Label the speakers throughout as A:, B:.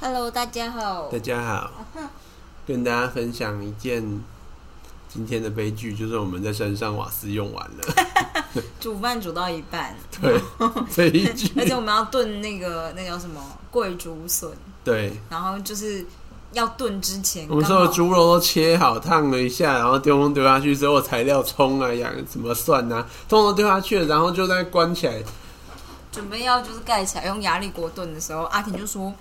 A: Hello，大家好。
B: 大家好，跟大家分享一件今天的悲剧，就是我们在山上瓦斯用完了。
A: 煮饭煮到一半，
B: 对，这一 句，
A: 而且我们要炖那个那叫什么桂竹笋，
B: 对，
A: 然后就是要炖之前，
B: 我们
A: 刚
B: 所有
A: 好
B: 猪肉都切好，烫了一下，然后丢空丢下去之后，材料葱啊、洋什么蒜啊，通通丢下去了，然后就在关起来。
A: 准备要就是盖起来用压力锅炖的时候，阿婷就说：“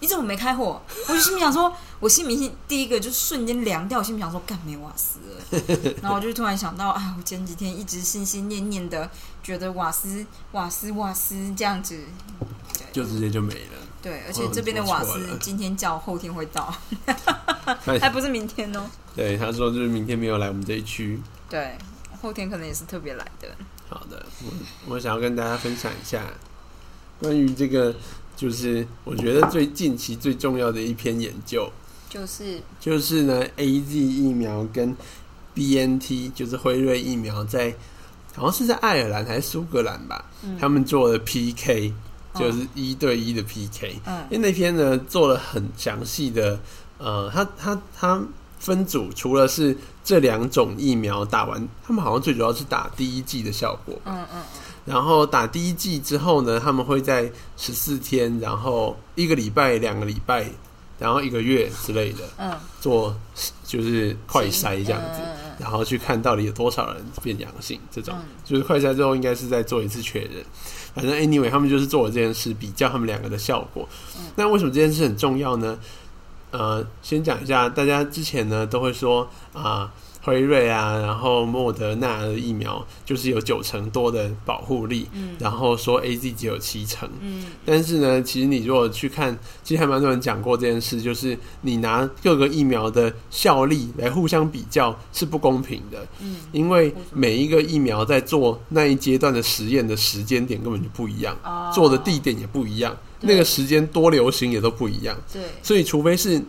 A: 你怎么没开火？”我就心里想说，我心里第一个就瞬间凉掉，我心里想说干没瓦斯了。 然后我就突然想到，哎，我前几天一直心心念念的，觉得瓦斯瓦斯瓦斯这样子，
B: 就直接就没 了，
A: 对，而且这边的瓦斯今天叫，后天会到，
B: 哎
A: 还不是明天哦。
B: 对，他说就是明天没有来我们这一区。
A: 对，后天可能也是特别来的。
B: 好的，我我想要跟大家分享一下关于这个，就是我觉得最近期最重要的一篇研究，
A: 就是
B: 就是呢，A Z 疫苗跟 B N T 就是辉瑞疫苗在好像是在爱尔兰还是苏格兰吧，他们做的 P K
A: 哦
B: 就是一对一的 P K，、
A: 嗯
B: 因为那篇呢做了很详细的，呃，他他他分组除了是这两种疫苗打完，他们好像最主要是打第一剂的效果，
A: 嗯嗯
B: 然后打第一剂之后呢，他们会在十四天，然后一个礼拜、两个礼拜，然后一个月之类的
A: 嗯，
B: 做，就是快筛这样子，
A: 嗯嗯
B: 然后去看到底有多少人变阳性。这种、
A: 嗯
B: 就是快筛之后应该是再做一次确认。反正 anyway，他们就是做了这件事，比较他们两个的效果。
A: 嗯
B: 那为什么这件事很重要呢？呃，先讲一下，大家之前呢都会说啊，辉、瑞啊，然后莫德纳的疫苗就是有九成多的保护力，
A: 嗯
B: 然后说 A Z 只有七成。
A: 嗯
B: 但是呢，其实你如果去看，其实还蛮多人讲过这件事，就是你拿各个疫苗的效力来互相比较是不公平的，
A: 嗯
B: 因为每一个疫苗在做那一阶段的实验的时间点根本就不一样，
A: 哦
B: 做的地点也不一样，
A: 对
B: 那个时间多流行也都不一样，
A: 对
B: 所以除非是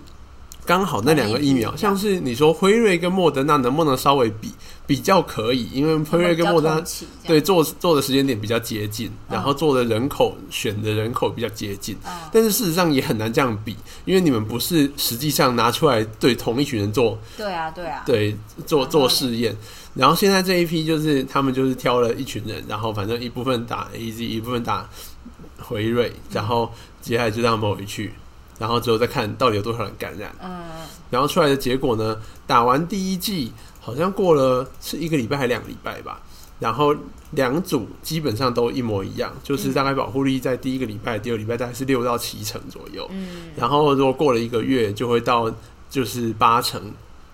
B: 刚好那两个疫苗，
A: 同一批
B: 像是你说辉瑞跟莫德纳能不能稍微比比较可以，因为辉瑞跟莫德纳对做做的时间点比较接近，然后做的人口选的人口比较接近，
A: 啊
B: 但是事实上也很难这样比，因为你们不是实际上拿出来对同一群人做
A: 对啊对啊
B: 对做
A: 嗯
B: 做试验。然后现在这一批就是他们就是挑了一群人，然后反正一部分打 A Z，一部分打辉瑞，然后接下来就让他们回去，然后之后再看到底有多少人感染。
A: 嗯
B: 然后出来的结果呢，打完第一剂好像过了是一个礼拜还两个礼拜吧，然后两组基本上都一模一样，就是大概保护力在第一个礼拜、第二个礼拜大概是六到七成左右，
A: 嗯
B: 然后如果过了一个月就会到就是八成，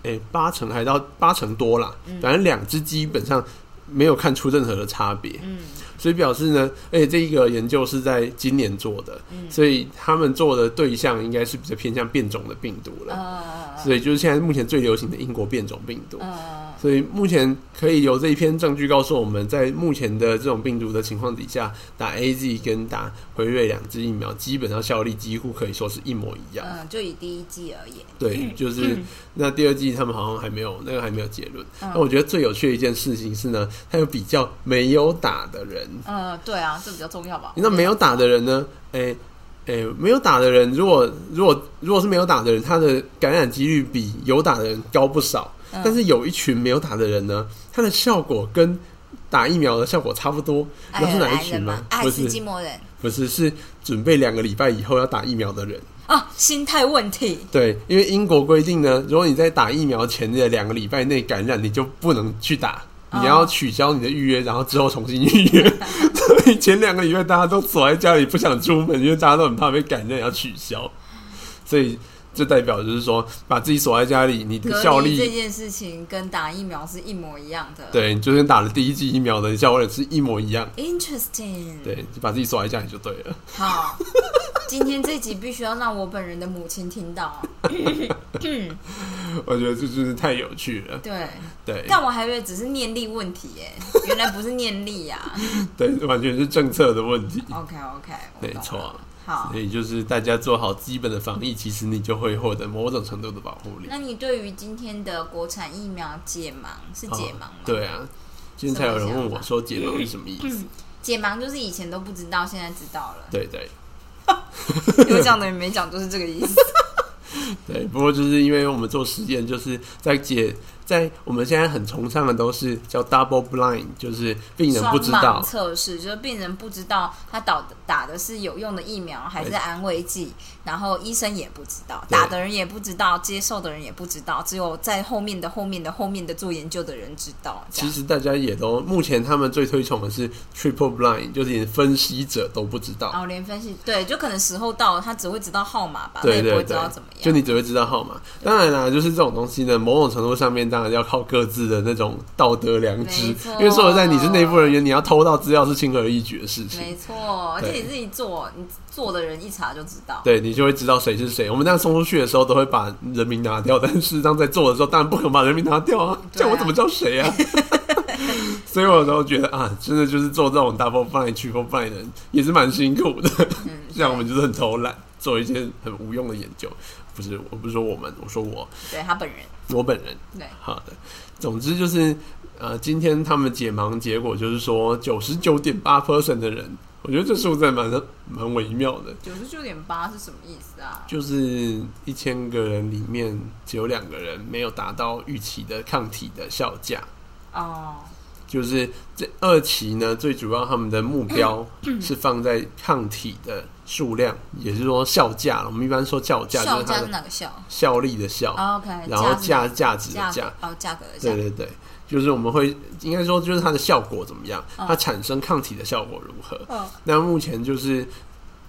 B: 诶，八成还到八成多啦，
A: 嗯
B: 反正两只基本上没有看出任何的差别，
A: 嗯
B: 所以表示呢，而且这一个研究是在今年做的，
A: 嗯
B: 所以他们做的对象应该是比较偏向变种的病毒了。
A: 啊
B: 所以就是现在目前最流行的英国变种病毒。
A: 嗯
B: 所以目前可以由这一篇证据告诉我们，在目前的这种病毒的情况底下，打 A Z 跟打辉瑞两支疫苗，基本上效力几乎可以说是一模一样。
A: 嗯，就以第一季而言，
B: 对，就是那第二季他们好像还没有那个还没有结论。
A: 嗯
B: 那我觉得最有趣的一件事情是呢，他有比较没有打的人，
A: 嗯对啊，这比较重要吧？
B: 那没有打的人呢？诶、诶、没有打的人，如果如果如果是没有打的人，他的感染几率比有打的人高不少。
A: 嗯
B: 但是有一群没有打的人呢，他的效果跟打疫苗的效果差不多。
A: 爱
B: 那是
A: 尔
B: 哪
A: 兰
B: 一群
A: 人
B: 吗
A: 吗？？爱
B: 不
A: 斯基
B: 是，
A: 摩人
B: 不是，是准备两个礼拜以后要打疫苗的人。
A: 啊，心态问题
B: 对，因为英国规定呢，如果你在打疫苗前的两个礼拜内感染，你就不能去打，
A: 哦
B: 你要取消你的预约，然后之后重新预 约。所以前两个礼拜大家都锁在家里不想出门，因为大家都很怕被感染，要取消。所以这代表就是说，把自己锁在家里，你的效
A: 隔离这
B: 力，
A: 件事情跟打疫苗是一模一样的。
B: 对，就跟打了第一剂疫苗的效果是一模一样。
A: ，interesting。
B: 对，就把自己锁在家里就对了。
A: 好，今天这集必须要让我本人的母亲听 到。
B: 我觉得这真是太有趣了。
A: 对，
B: 对，
A: 但我还以为只是念力问题 耶，原来不是念力呀、
B: 对，完全是政策的问题。
A: OK OK，
B: 没错啊。
A: 好
B: 所，以就是大家做好基本的防疫，其实你就会获得某种程度的保护力。
A: 那你对于今天的国产疫苗解盲是解盲吗？
B: 哦对啊，今天才有人
A: 嗯
B: 问我说“解盲”是什么意思？
A: 解盲就是以前都不知道，现在知道了。
B: 对对，
A: 有讲等于没讲，就是这个意思。
B: 对，不过就是因为我们做实验，就是在解，在我们现在很崇尚的都是叫 double blind，就是病人不知
A: 双盲
B: 道，
A: 测试，就是病人不知道他打的打的是有用的疫苗还是
B: 对
A: 安慰剂，然后医生也不知道，
B: 对
A: 打的人也不知道，接受的人也不知道，只有在后面的后面的后面的做研究的人知道。这
B: 其
A: 样
B: 实大家也都目前他们最推崇的是 triple blind，就是连分析者都不知道。
A: 然后连分析，对，就可能时候到了，他只会知道号码吧，
B: 对
A: 啊他也不
B: 对
A: 会知
B: 对
A: 道怎么，
B: 就
A: 样。
B: 你只会知道号码。当然啦，就是这种东西呢，某种程度上面当然要靠各自的那种道德良知
A: 没错，
B: 因为说实在，你是内部人员，你要偷到资料是轻而易举的事情。
A: 没错，而且
B: 对
A: 你自己做，你做的人一查就知道。
B: 对你就会知道谁是谁。我们这样送出去的时候都会把人名拿掉，但是事实上在做的时候，当然不可能把人名拿掉啊，
A: 对啊
B: 这样我怎么叫 谁啊？所以我有时候觉得啊，真的就是做这种 double blind、triple blind 的人也是蛮辛苦的。
A: 嗯，
B: 像我们就是很偷懒，做一些很无用的研究。不是，我不是说我们，我说我，
A: 对他本人，
B: 我本人。
A: 对，
B: 好的，总之就是呃，今天他们解盲结果就是说，九十九点八 percent 的人，我觉得这数字还蛮蛮微妙的，
A: 九十九点八是什么意思啊？
B: 就是一千个人里面只有两个人没有达到预期的抗体的效价。
A: 哦，
B: 就是这二期呢，最主要他们的目标
A: 嗯
B: 是放在抗体的数量，也就是说效价了。我们一般说效价就
A: 效
B: 是它
A: 价是
B: 的
A: 哪个效
B: 效力的效，
A: 哦？OK，
B: 然后
A: 价
B: 价价值
A: 是
B: 的
A: 哪
B: 价
A: 价，格哦，价格的价
B: 对。对对，就是我们会应该说就是它的效果怎么样，
A: 嗯
B: 它产生抗体的效果如何。
A: 嗯
B: 那目前就是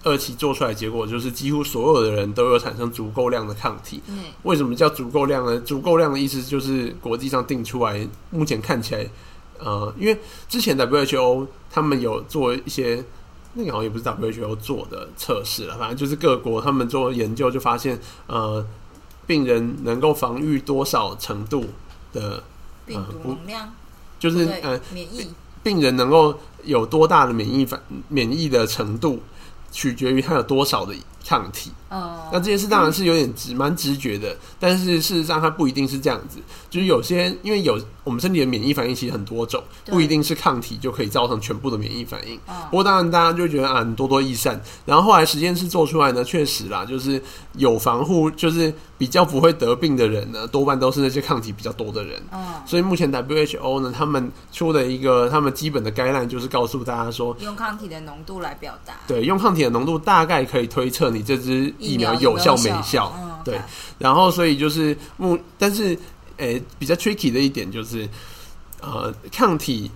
B: 二期做出来的结果就是几乎所有的人都有产生足够量的抗体。
A: 嗯，
B: 为什么叫足够量呢？足够量的意思就是国际上定出来，目前看起来，呃，因为之前 WHO 他们有做一些。那个好像也不是 WHO 做的测试了，反正就是各国他们做研究就发现，呃，病人能够防御多少程度的
A: 病毒能量
B: 啊就是
A: 对
B: 呃，
A: 免疫
B: 病人能够有多大的免疫反免疫的程度，取决于他有多少的抗体。
A: 哦
B: 那这件事当然是有点直蛮直觉的，但是事实上它不一定是这样子。就是有些因为有我们身体的免疫反应其实很多种，
A: 对
B: 不一定是抗体就可以造成全部的免疫反应。
A: 哦
B: 不过当然，大家就会觉得啊，你多多益善。然后后来实验室做出来呢，确实啦，就是有防护，就是比较不会得病的人呢，多半都是那些抗体比较多的人。
A: 嗯，
B: 所以目前 WHO 呢，他们出的一个他们基本的概览就是告诉大家说，
A: 用抗体的浓度来表达
B: 对，用抗体的浓度大概可以推测你这支疫苗有
A: 有
B: 效没
A: 没
B: 效。
A: 嗯，
B: 对
A: OK，
B: 然后所以就是目，但是诶、比较 tricky 的一点就是，呃，抗体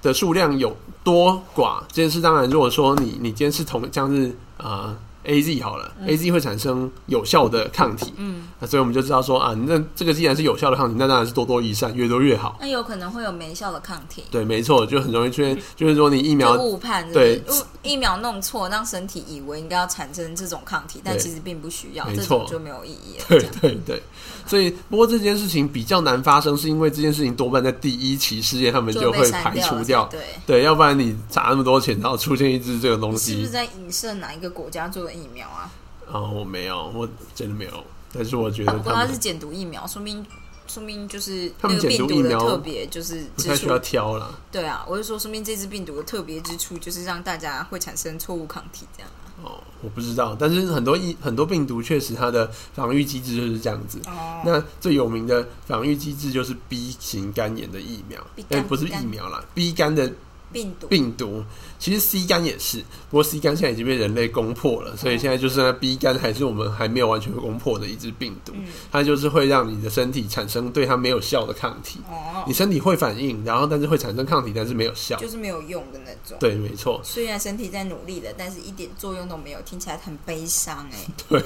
B: 的数量有多寡这件事，当然如果说你你今天是同像是啊。A Z 好了、
A: 嗯
B: a Z 会产生有效的抗体，
A: 嗯，
B: 那所以我们就知道说啊，那这个既然是有效的抗体，那当然是多多益善，越多越好。
A: 那有可能会有没效的抗体，
B: 对，没错，就很容易出现，就是说你疫苗
A: 就误判是不是
B: 啊对
A: 误疫苗弄错，让身体以为应该要产生这种抗体，但其实并不需要，
B: 没
A: 这
B: 错
A: 种就没有意义 了。
B: 对对对，所以不过这件事情比较难发生，是因为这件事情多半在第一期试验他们
A: 就被
B: 会
A: 删
B: 排
A: 掉
B: 除
A: 了
B: 掉，
A: 对，
B: 对，要不然你砸那么多钱，然后出现一只这个东
A: 你是不
B: 西
A: 是，在影射哪一个国家做的疫苗啊？
B: 啊、我没有，我真的没有，但是我觉得
A: 不过
B: 他
A: 它是
B: 们
A: 减毒疫苗，说明说明就是
B: 他
A: 那
B: 们
A: 个
B: 减
A: 病
B: 毒
A: 毒
B: 疫
A: 的
B: 苗
A: 特别就是
B: 不
A: 之
B: 太需
A: 处
B: 要挑啦。
A: 对啊，我就说，说明这只病毒的特别之处就是让大家会产生错误抗体，这样。
B: 哦，我不知道，但是很多疫很多病毒确实它的防御机制就是这样子。
A: 哦，
B: 那最有名的防御机制就是 B 型肝炎的疫苗
A: B，
B: 哎、
A: 肝
B: 不是
A: B 肝
B: 疫苗啦，B 肝的
A: 病毒
B: 病毒，其实 C 肝也是，不过 C 肝现在已经被人类攻破了，所
A: 嗯
B: 以现在就是那 B 肝还是我们还没有完全攻破的一只病毒，
A: 嗯
B: 它就是会让你的身体产生对它没有效的抗体，
A: 哦
B: 你，身体会反应，然后但是会产生抗体，但是没有效。
A: 就是没有用的那种。
B: 对，没错，
A: 虽然身体在努力了，但是一点作用都没有，听起来很悲伤哎、
B: 对，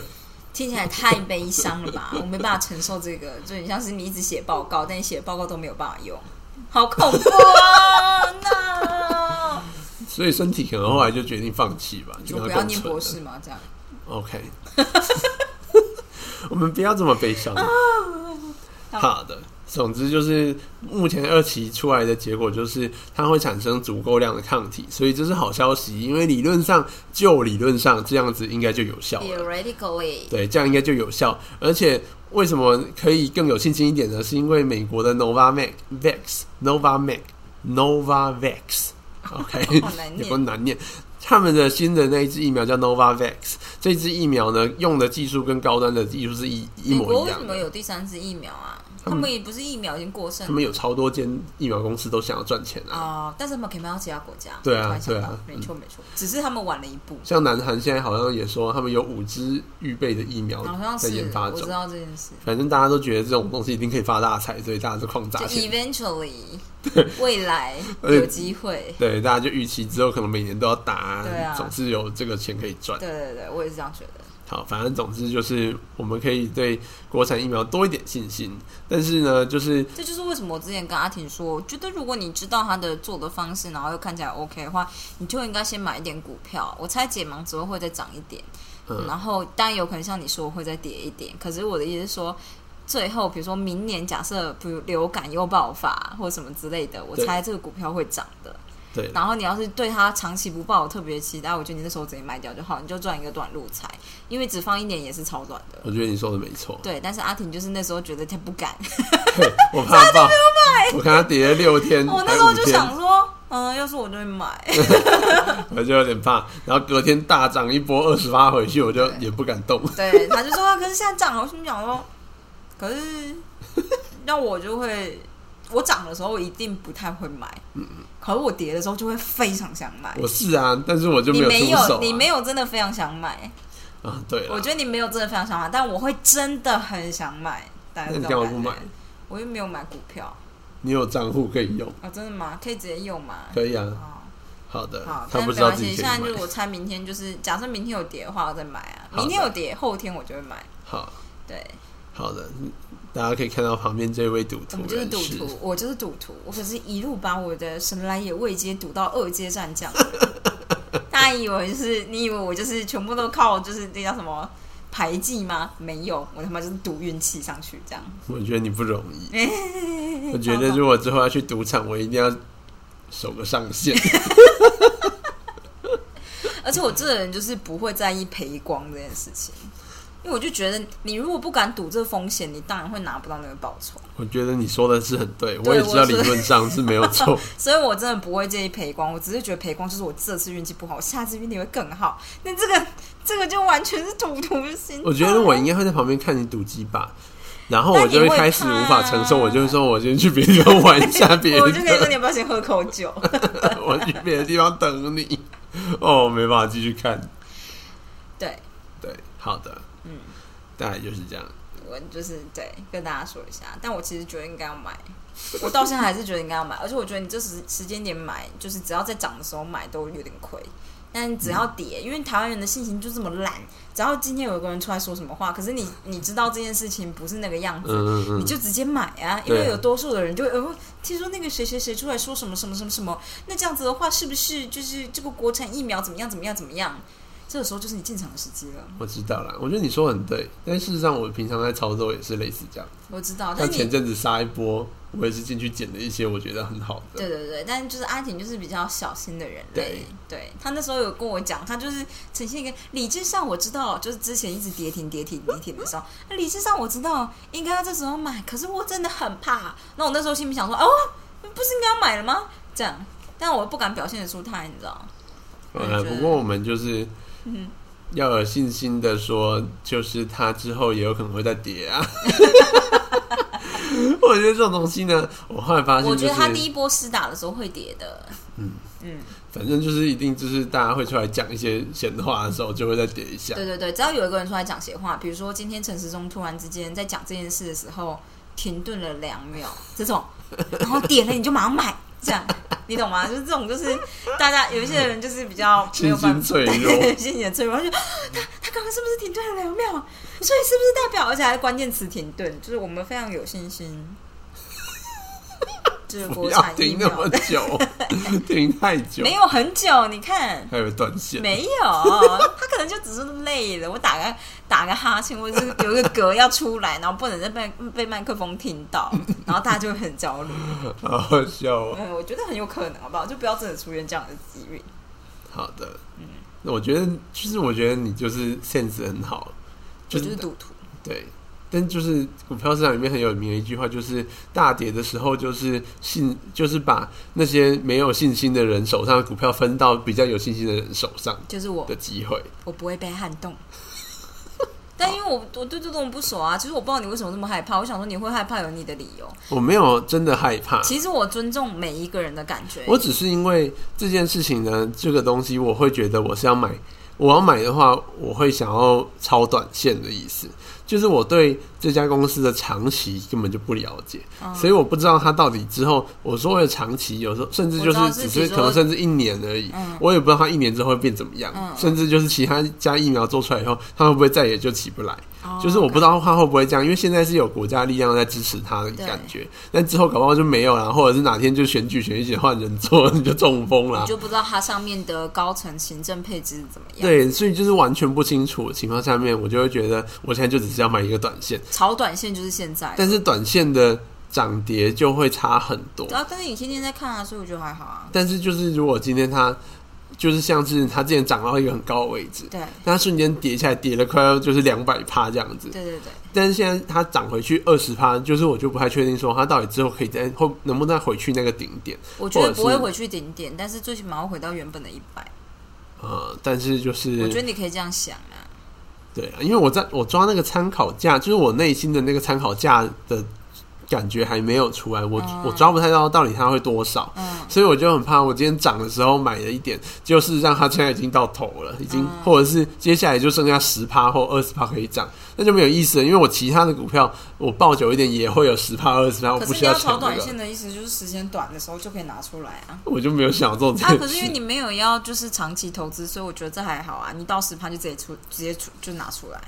A: 听起来太悲伤了吧？我没办法承受这个，就很像是你一直写报告，但你写报告都没有办法用，好恐怖啊 ！no，
B: 所以身体可能后来就决定放弃吧，就
A: 就
B: 跟
A: 不
B: 它
A: 要
B: 共
A: 念
B: 存
A: 博
B: 了。
A: 士嘛，这样。
B: OK，我们不要这么悲伤。好的，总之就是目前二期出来的结果就是它会产生足够量的抗体，所以这是好消息，因为理论上就理论上这样子应该就有效了。
A: Theoretically，
B: 对，这样应该就有效。而且为什么可以更有信心一点呢？是因为美国的 Novavax、Vax、Novavax、Novavax，OK，、
A: 好难念
B: 有多难念？他们的新的那一支疫苗叫 Novavax，这支疫苗呢用的技术跟高端的技术是一一
A: 美国
B: 模一
A: 为什
B: 样
A: 么
B: 的。
A: 有第三支疫苗啊？
B: 他
A: 他
B: 们
A: 们也不是疫苗已经过剩
B: 他们有超多间疫苗公司都想要赚钱啊，
A: 哦，但是他们可以卖到其他国家。
B: 对啊
A: 我突然想到
B: 对啊
A: 没错没错，只是他们晚了一步，
B: 像南韩现在好像也说他们有五支预备的疫苗
A: 好像
B: 哦在研
A: 是
B: 发
A: 我
B: 中
A: 知。道这件事。
B: 反正大家都觉得这种东西一定可以发大财，所以大家就狂砸
A: 就
B: 钱。
A: eventually 未来
B: 而且
A: 有机会，
B: 对，大家就预期之后可能每年都要打啊，
A: 对啊
B: 总是有这个钱可以赚。
A: 对对对，我也是这样觉得。
B: 好，反正总之就是我们可以对国产疫苗多一点信心，但是呢，就是
A: 这就是为什么我之前跟阿婷说，我觉得如果你知道他的做的方式，然后又看起来 OK 的话，你就应该先买一点股票。我猜解盲之后会再涨一点，
B: 嗯
A: 然后当然有可能像你说会再跌一点。可是我的意思是说，最后比如说明年假设比如流感又爆发或什么之类的，我
B: 对
A: 猜这个股票会涨的。
B: 对
A: 然后你要是对它长期不抱有特别期待，我觉得你那时候直接卖掉就好，你就赚一个短路财，因为只放一年也是超短的。
B: 我觉得你说的没错，
A: 对，但是阿婷就是那时候觉得他不敢，
B: 我怕爆，我看它跌了六天，
A: 我那
B: 还
A: 时候
B: 嗯五
A: 就
B: 天
A: 想说，嗯，要是我就会买。
B: 我就有点怕，然后隔天大涨一波二十八回去，我就也不敢动。
A: 对，他就说，啊可是现在涨了，我心想说，可是那我就会，我涨的时候我一定不太会买，嗯可是我跌的时候就会非常想买。
B: 我是啊，但是我就
A: 你
B: 有
A: 没
B: 出手、
A: 有，
B: 啊，
A: 你没有真的非常想买，
B: 啊？对
A: 我
B: 了，
A: 觉得你没有真的非常想买，但我会真的很想买，大概
B: 那
A: 是
B: 你
A: 这
B: 干
A: 种
B: 嘛
A: 感
B: 不
A: 觉
B: 买？。
A: 我又没有买股票
B: 你有账户可以用，
A: 啊，真的吗？可以直接用吗？
B: 可以啊。
A: 哦，
B: 好的
A: 好，，
B: 他
A: 但
B: 不
A: 没
B: 知道
A: 关
B: 自
A: 系。
B: 己可
A: 现
B: 以买
A: 在。就是我猜明天就是，假设明天有跌的话，我再买啊。
B: 好的
A: 明天有跌，后天我就会买。
B: 好
A: 对，
B: 好的，大家可以看到旁边这位赌
A: 我
B: 徒
A: 们就是
B: 人
A: 赌
B: 士，
A: 徒，我就是赌徒，我可是一路把我的神来也未接赌到二阶战 将。大家以为就是你以为我就是全部都靠就是那叫什么牌技吗？没有，我他妈就是赌运气上去这样。
B: 我觉得你不容易。
A: 嗯
B: 我觉得如果之后要去赌场，我一定要守个上限。
A: 而且我这个人就是不会在意赔光这件事情，因为我就觉得你如果不敢赌这个风险，你当然会拿不到那个报酬。
B: 我觉得你说的是很对，
A: 对
B: 我也知道
A: 我
B: 理
A: 是
B: 论上是没有错。
A: 所以我真的不会介意赔光，我只是觉得赔光就是我这次运气不好，我下次运气会更好。那这个这个就完全是赌徒的心态。
B: 我觉得我应该会在旁边看你赌鸡吧，然后
A: 那
B: 我
A: 你
B: 就
A: 会
B: 开始无
A: 怕
B: 法承受，我就会说我先去别的地方玩一下 别
A: 我就可以说
B: 的，
A: 你要不要先喝口酒？
B: 我去别的地方等你。哦，没办法继续看。
A: 对，
B: 对，好的，
A: 嗯，
B: 大概就是这样。
A: 我就是对跟大家说一下，但我其实觉得应该要买，我到现在还是觉得应该要买，而且我觉得你这时时间点买，就是只要在涨的时候买都有点亏。但只要
B: 嗯
A: 跌，因为台湾人的性情就这么烂，只要今天有一个人出来说什么话，可是你你知道这件事情不是那个样子，
B: 嗯嗯
A: 你
B: 嗯，
A: 就直接买啊，因
B: 对啊
A: 为有多数的人就会，呃，听说那个谁谁谁出来说什么什么什么什么，那这样子的话，是不是就是这个国产疫苗怎么样怎么样怎么样？这个时候就是你进场的时机了。
B: 我知道啦，我觉得你说得很对，但事实上我平常在操作也是类似这样。
A: 我知道，
B: 像
A: 但
B: 前
A: 哦你
B: 阵子杀一波，我也是进去捡了一些我觉得很好的。
A: 对对对，但就是阿婷就是比较小心的人类
B: 对，
A: 对她那时候有跟我讲，她就是呈现一个理智上我知道，就是之前一直跌停跌停跌停的时候，那理智上我知道应该要这时候买，可是我真的很怕。那我那时候心里想说，哦，不是应该要买了吗？这样，但我不敢表现的出态，你知道。
B: 呃，
A: 我觉得
B: 不过我们就是
A: 嗯
B: 要有信心的说，就是它之后也有可能会再跌 啊。 我觉得这种东西呢，我后来发现、
A: 我
B: 就是，
A: 觉得他第一波施打的时候会跌的。
B: 嗯
A: 嗯，
B: 反正就是一定就是大家会出来讲一些闲话的时候，就会再跌一下。
A: 对对对，只要有一个人出来讲闲话，比如说今天陈时中突然之间在讲这件事的时候停顿了两秒，这 种，然后点了你就马上买，这样，你懂吗？就是 这种，就是大家有一些人就是比较没有办法，
B: 信心脆弱
A: 对信心很脆弱，他就啊他他刚刚是不是停顿了两秒？所以是不是代表，而且还是关键词停顿，就是我们非常有信心。 就是
B: 不
A: 国
B: 要
A: 产疫
B: 停那
A: 苗
B: 么久， 停太久
A: 没，有很久，你看，
B: 还有断线。
A: 没有，他可能就只是累了，我 打个打个哈欠，或者是有一个嗝要出来， 然后不能再被被麦克风听到，然后大家就会很 焦虑。
B: 好好笑哦。
A: 嗯，我觉得很有可能，好不好？就不要真的出现这样的机遇。
B: 好的，那我觉得，其实我觉得你就是 sense 很好，
A: 我
B: 就
A: 就是
B: 是
A: 赌徒，
B: 对，但就是股票市场里面很有名的一句话，就是大跌的时候，就是信，就是把那些没有信心的人手上的股票分到比较有信心的人手上
A: 就是我，
B: 的机会。
A: 我不会被撼动。 但因为我我对这种不熟啊，其实我不知道你为什么那么害怕。我想说你会害怕有你的理由。
B: 我没有真的害怕，
A: 其实我尊重每一个人的感觉。
B: 我只是因为这件事情呢，这个东西我会觉得我是要买，我要买的话，我会想要超短线的意思，就是我对这家公司的长期根本就不了解，
A: 嗯
B: 所以我不知道它到底之后我所谓的长期，有时候甚至就
A: 我知道
B: 是
A: 是比
B: 只
A: 如
B: 是
A: 说
B: 可能甚至一年而已，
A: 嗯
B: 我也不知道它一年之后会变怎么样，
A: 嗯
B: 甚至就是其他家疫苗做出来以后，它会不会再也就起不来。
A: 哦
B: 就是我不知道它会不会这样，因为现在是有国家力量在支持它的感觉，但之后搞不好就没有了，或者是哪天就选举选一选换人做， 你就中风
A: 你
B: 了。
A: 就不知道它上面的高层行政配置怎么样。，
B: 对，所以就是完全不清楚的情况下面，我就会觉得我现在就只是要买一个短线，
A: 炒短线就是现在。
B: 但是短线的涨跌就会差很多。
A: 然后、但是你天天在看啊，所以我觉得还好啊。
B: 但是就是如果今天它就是像是它之前涨到一个很高的位置，
A: 对，
B: 但它瞬间跌下来，跌了快要就是两百趴这样子，
A: 对对对，
B: 但是现在它涨回去二十趴，就是我就不太确定说它到底之后可以再后能不能再回去那个顶点。
A: 我觉得不
B: 或
A: 会
B: 者是
A: 回去顶点，但是最起码会回到原本的一百。
B: 呃，但是就是
A: 我觉得你可以这样想啊。
B: 对啊，因为我在我抓那个参考价，就是我内心的那个参考价的感觉还没有出来，我、
A: 嗯
B: 我抓不太到到底它会多少，
A: 嗯，
B: 所以我就很怕我今天涨的时候买了一点，就是让它现在已经到头了，已经、
A: 嗯
B: 或者是接下来就剩下十趴或二十趴可以涨，那就没有意思了，因为我其他的股票我抱久一点也会有十趴二十趴，我
A: 可
B: 哦不
A: 是
B: 需
A: 你要
B: 抢
A: 炒
B: 这
A: 短
B: 个。
A: 线的意思就是时间短的时候就可以拿出来 啊。
B: 我就没有想做这
A: 啊，
B: 件事。
A: 可是因为你没有要就是长期投资，所以我觉得这还好啊。你到十趴就直接出，直接出就拿出来。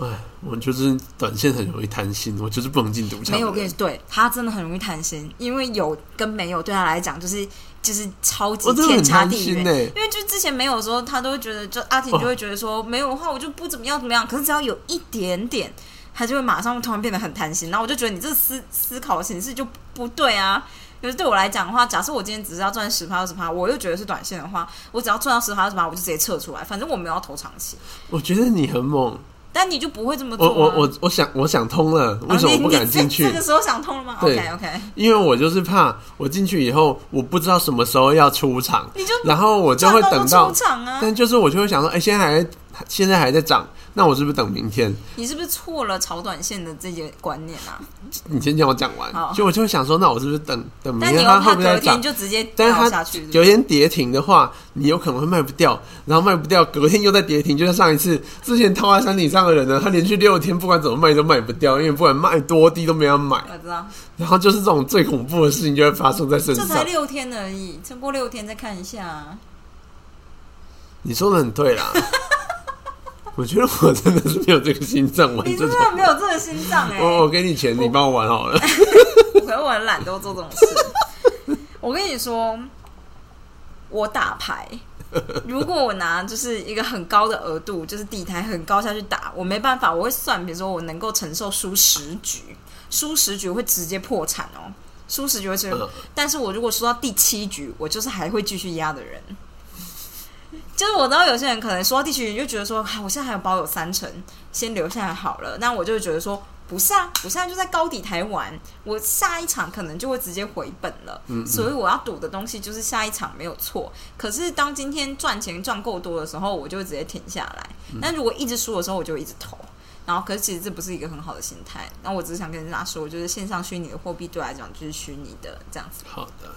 B: 哎，我就是短线很容易贪心，我就是不能进赌场。
A: 没有，我跟你，对他真的很容易贪心，因为有跟没有对他来讲就是就是超级
B: 我真的
A: 天
B: 很
A: 差
B: 贪
A: 地
B: 心欸
A: 远。
B: 呢、
A: 因为就之前没有的时候，他都会觉得，就阿
B: 哦
A: 婷就会觉得说、没有的话，我就不怎么样怎么样。可是只要有一点点，他就会马上突然变得很贪心。然后我就觉得你这思思考的形式就不对啊。就是对我来讲的话，假设我今天只是要赚十趴二十趴，我又觉得是短线的话，我只要赚到十趴二十趴，我就直接撤出来，反正我没有要投长期。
B: 我觉得你很猛，
A: 但你就不会这么做、
B: 我
A: 啊。
B: 我我我想我想通了，为什么我不敢进去
A: 啊你你这？这个时候想通了吗
B: 对
A: ？OK OK，
B: 因为我就是怕我进去以后，我不知道什么时候要出场，
A: 你就
B: 然后我就会等
A: 赚
B: 到
A: 都出，场啊！
B: 但就是我就会想说，哎、现在还现在还在涨，那我是不是等明天？
A: 你是不是错了炒短线的这些观念啊？
B: 你先听我讲完
A: 好，
B: 就我就会想说，那我是不是等等明
A: 但你
B: 天
A: 又
B: 它会
A: 怕
B: 不会再
A: 隔
B: 涨
A: 天？就直接
B: 但
A: 掉
B: 是
A: 下
B: 它
A: 去，
B: 有天跌停的话，你有可能会卖不掉，然后卖不掉，隔天又再跌停，就像上一次之前套在山顶上的人呢，他连续六天不管怎么卖都卖不掉，因为不管卖多低都没人买，
A: 我知道，
B: 然后就是这种最恐怖的事情就嗯会发生在身
A: 这才
B: 上。
A: 六天而已，撑过六天再看一下啊。
B: 你说的很对啦，我觉得我真的是没有这个心脏玩
A: 你
B: 这哦
A: 真
B: 种。
A: 的没有这个心脏哎、
B: 我我给你钱，你帮我玩好 了。
A: 我可能我很懒得做这种事。我跟你说，我打牌，如果我拿就是一个很高的额度，就是底台很高下去打，我没办法，我会算，比如说我能够承受输十局，输十局会直接破产哦，输十局会直接
B: 嗯。
A: 但是我如果输到第七局，我就是还会继续压的人。就是我知道有些人可能说到第七局就觉得说，啊，我现在还有保有三成，先留下来好了。那我就会觉得说，不是啊，我现在就在高底台玩，我下一场可能就会直接回本了。所以我要赌的东西就是下一场没有错。可是当今天赚钱赚够多的时候，我就会直接停下来。但如果一直输的时候，我就会一直投。然后，可是其实这不是一个很好的心态。那我只是想跟大家说，就是线上虚拟的货币对我来讲就是虚拟的这样子。
B: 好的，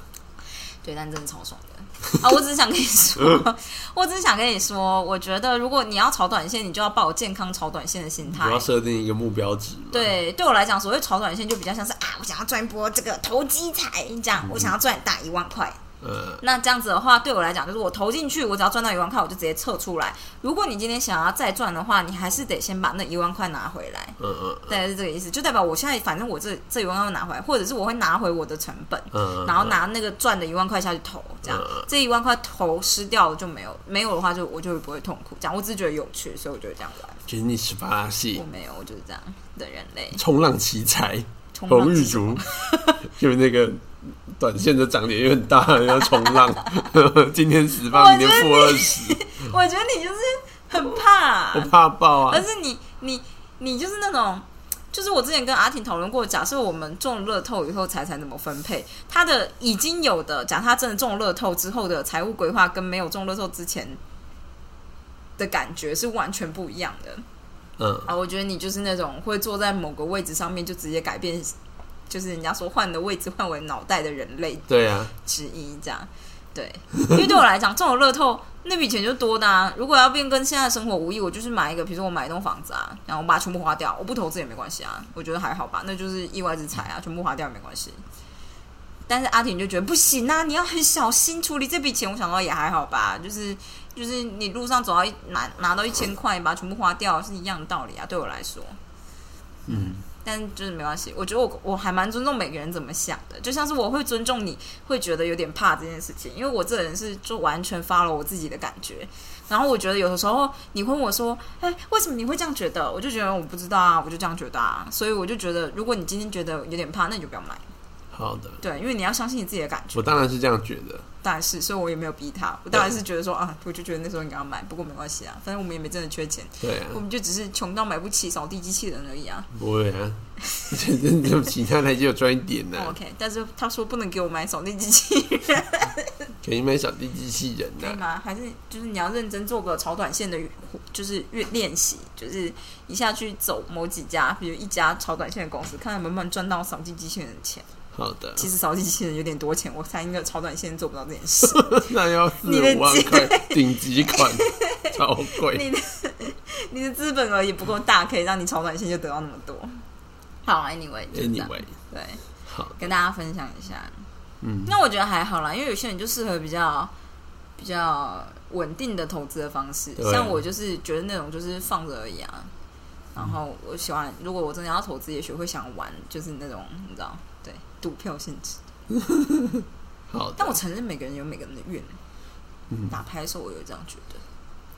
A: 对，但真的超爽的 啊！我只是想跟你说，我只是想跟你说，我觉得如果你要炒短线，你就要抱有健康炒短线的心态
B: 我。要设定一个目标值嘛。
A: 对，对我来讲，所谓炒短线就比较像是啊，我想要赚一波这个投机财，这样我想要赚大一万块。
B: 呃，
A: 那这样子的话，对我来讲，就是我投进去，我只要赚到一万块，我就直接撤出来。如果你今天想要再赚的话，你还是得先把那一万块拿回来。
B: 嗯嗯
A: 大概是这个意思，就代表我现在反正我这这一万块会拿回来，或者是我会拿回我的成本。
B: 嗯，
A: 然后拿那个赚的一万块下去投，这样、
B: 嗯
A: 这一万块投失掉了就没有，没有的话就我就会不会痛苦。这样我只是觉得有趣，所以我就会这样玩。
B: 给你十八系
A: 我没有，我就是这样的人类。
B: 冲浪奇才。
A: 冲浪
B: 红玉
A: 是什么
B: 竹， 就是那个短线的涨跌也很大，要冲浪。 今天十八，
A: 我
B: 明天负二十，
A: 我觉得你就是很怕
B: 我，怕爆
A: 而
B: 啊！
A: 是你你你就是那种。就是我之前跟阿婷讨论过，假设我们中乐透以后财产怎么分配，他的已经有的，假设他真的中乐透之后的财务规划跟没有中乐透之前的感觉是完全不一样的
B: 嗯，
A: 啊！我觉得你就是那种会坐在某个位置上面就直接改变，就是人家说换的位置换为脑袋的人类
B: 对啊，
A: 之一，这样。对，因为对我来讲，中了乐透那笔钱就多的啊。如果要变跟现在的生活无异，我就是买一个，比如说我买一栋房子啊，然后我把它全部花掉，我不投资也没关系啊，我觉得还好吧，那就是意外之财啊，全部花掉也没关系。但是阿婷就觉得不行啊，你要很小心处理这笔钱。我想到也还好吧，就是就是你路上走到一拿拿到一千块，你把它全部花掉是一样的道理啊，对我来说。
B: 嗯，
A: 但就是没关系，我觉得我我还蛮尊重每个人怎么想的，就像是我会尊重你会觉得有点怕这件事情，因为我这人是就完全发了我自己的感觉。然后我觉得有的时候你问我说，哎，为什么你会这样觉得？我就觉得我不知道啊，我就这样觉得啊，所以我就觉得，如果你今天觉得有点怕，那你就不要买，
B: 好的，
A: 对，因为你要相信你自己的感觉。
B: 我当然是这样觉得。
A: 当然是，所以我也没有逼他，我当然是觉得说啊，我就觉得那时候应该要买，不过没关系啊，反正我们也没真的缺钱，
B: 对啊
A: 我，们就只是穷到买不起扫地机器人而已啊。
B: 不会啊， 这这其他台就有赚一点呐、
A: OK，但是他说不能给我买扫地机器人，
B: 可以买小弟机器人
A: 可
B: 呐、
A: 以吗？还是就是你要认真做个超短线的，就是练练习，就是一下去走某几家，比如一家超短线的公司，看看能不能赚到扫地机器人的钱。
B: 好的，
A: 其实扫地机器人有点多钱，我猜应该超短线做不到这件 事。
B: 那要四五万块顶级 款，超贵。
A: 你的你的资本额也不够大，可以让你超短线就得到那么多。好，anyway，就这样
B: Anyway，
A: 对，
B: 好，
A: 跟大家分享一下。
B: 嗯，
A: 那我觉得还好啦，因为有些人就适合比较比较稳定的投资的方式，
B: 对
A: 像我就是觉得那种就是放着而已啊。然后我喜欢，如果我真的要投资，也许会想玩，就是那种你知道，对，赌票性质。
B: 好
A: 但
B: 的。
A: 我承认每个人有每个人的运，
B: 嗯，
A: 打牌的时候我有这样觉得。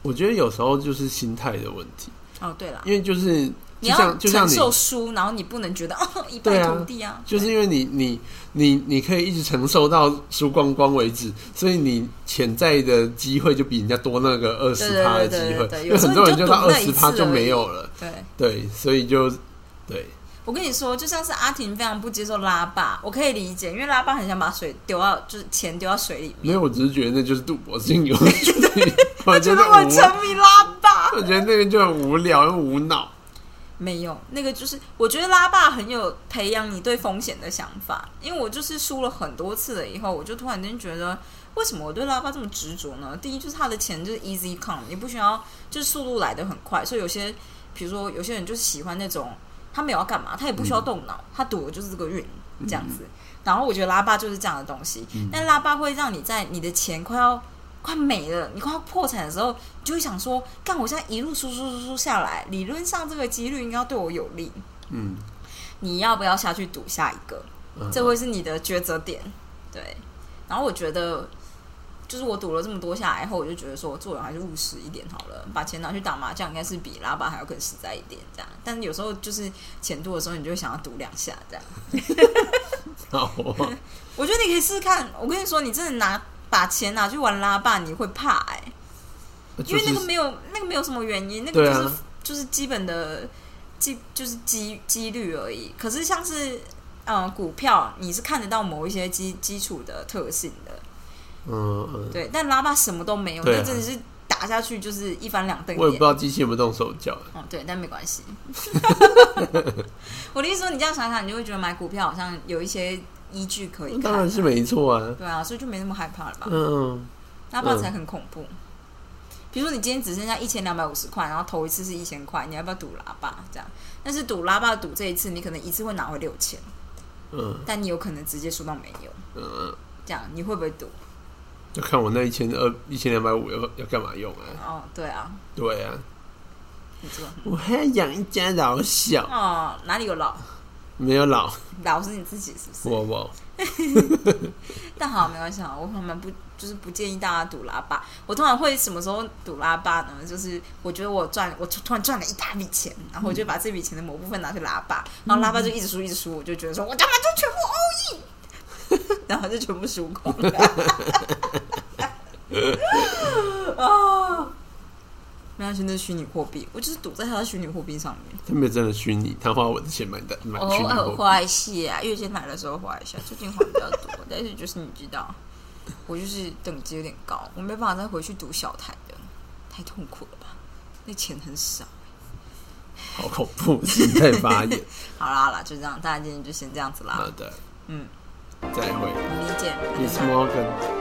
B: 我觉得有时候就是心态的问题，
A: 哦，对啦，
B: 因为就是
A: 你
B: 就
A: 要
B: 像就像
A: 承
B: 你
A: 受输，然后你不能觉得哦一
B: 对
A: 败
B: 啊
A: 涂地啊，
B: 就是因为你你你你可以一直承受到输光光为止，所以你潜在的机会就比人家多那个二十趴的
A: 对对对对
B: 机
A: 对
B: 会，
A: 对
B: 因为很多人就到
A: 有
B: 二
A: 时候
B: 十
A: 你就赌那
B: 趴
A: 一次
B: 就没有了，
A: 对。
B: 对，所以就对
A: 我跟你说，就像是阿婷非常不接受拉霸，我可以理解，因为拉霸很想把水丢到，就是钱丢到水里面。
B: 没有，我只是觉得那就是赌博性游 戏， 我
A: 觉
B: 觉得
A: 得我
B: 无，
A: 沉迷拉霸，
B: 我觉得那个就很无聊又无脑，
A: 没有那个就是，我觉得拉霸很有培养你对风险的想法，因为我就是输了很多次了以后，我就突然间觉得，为什么我对拉霸这么执着呢？第一就是他的钱就是 easy come，你不需要就是速度来的很快，所以有些比如说有些人就是喜欢那种他没有要干嘛，他也不需要动脑，他赌的就是这个运这样子。然后我觉得拉霸就是这样的东西，但拉霸会让你在你的钱快要快没了，你快要破产的时候，你就会想说，干我现在一路输输输输下来，理论上这个几率应该要对我有利，
B: 嗯，
A: 你要不要下去赌下一个？
B: 嗯
A: 这会是你的抉择点，对。然后我觉得，就是我赌了这么多下来后，我就觉得说，我做人还是务实一点好了，把钱拿去打麻将，应该是比拉巴还要更实在一点，这样。但有时候就是钱多的时候，你就会想要赌两下，这样。
B: 好啊，
A: 我觉得你可以试试看。我跟你说，你真的拿把钱拿去玩拉霸，你会怕哎、 因
B: 就
A: 为那
B: 是
A: 个没有那个没有什么原因，那个
B: 对
A: 就是、
B: 啊，
A: 就是基本的基就是机几率而已。可是像是呃股票，你是看得到某一些基基础的特性的，
B: 嗯嗯，
A: 对。但拉霸什么都没有，
B: 对啊
A: 那真的是打下去就是一翻两瞪
B: 嗯我也不
A: 眼
B: 知。道机器有没有动手脚，
A: 哦，对，但没关系。 我的意思说，你这样想想，你就会觉得买股票好像有一些依据可以看。
B: 当然是没错啊，
A: 对啊，所以就没那么害怕了吧？
B: 嗯，
A: 拉霸才很恐怖。比如说，你今天只剩下一千两百五十块，然后投一次是一千块，你要不要赌拉霸？这样，但是赌拉霸赌这一次，你可能一次会拿回六千，
B: 嗯
A: 但你有可能直接输到没有。
B: 嗯嗯，
A: 这样你会不会赌？
B: 就看我那一千二、一千两百五要要干嘛用啊？
A: 哦，对啊，
B: 对啊，
A: 你说
B: 我还要养一家老小，
A: 哦，哪里有老
B: 没有老，
A: 老是你自己是不是？
B: 我我
A: 但好，没关系啊，我可能不就是不建议大家赌拉霸。我通常会什么时候赌拉霸呢？就是我觉得我赚，我突突然赚了一大笔钱，然后我就把这笔钱的某部分拿去拉霸，然后拉霸就一直输，一直输，我就觉得说我他妈就全部 all in，然后就全部输光 了。啊，没没关系，那是虚拟货币，我就是赌在他的虚拟货币上面。
B: 他没有真的虚拟，他花我的钱买的买虚
A: 偶
B: 拟
A: 尔
B: 货币。
A: 花哎一下，月前买的时候花一下，最近花比较多，但是就是你知道， 我就是等级有点高，我没办法再回去赌小台的，太痛苦了吧？那钱很少。
B: 好恐怖，心态发 炎。
A: 好啦好啦，就这样，大家今天就先这样子啦
B: 好，的，
A: 嗯，
B: 再会
A: 我们理解，
B: ，Miss Morgan。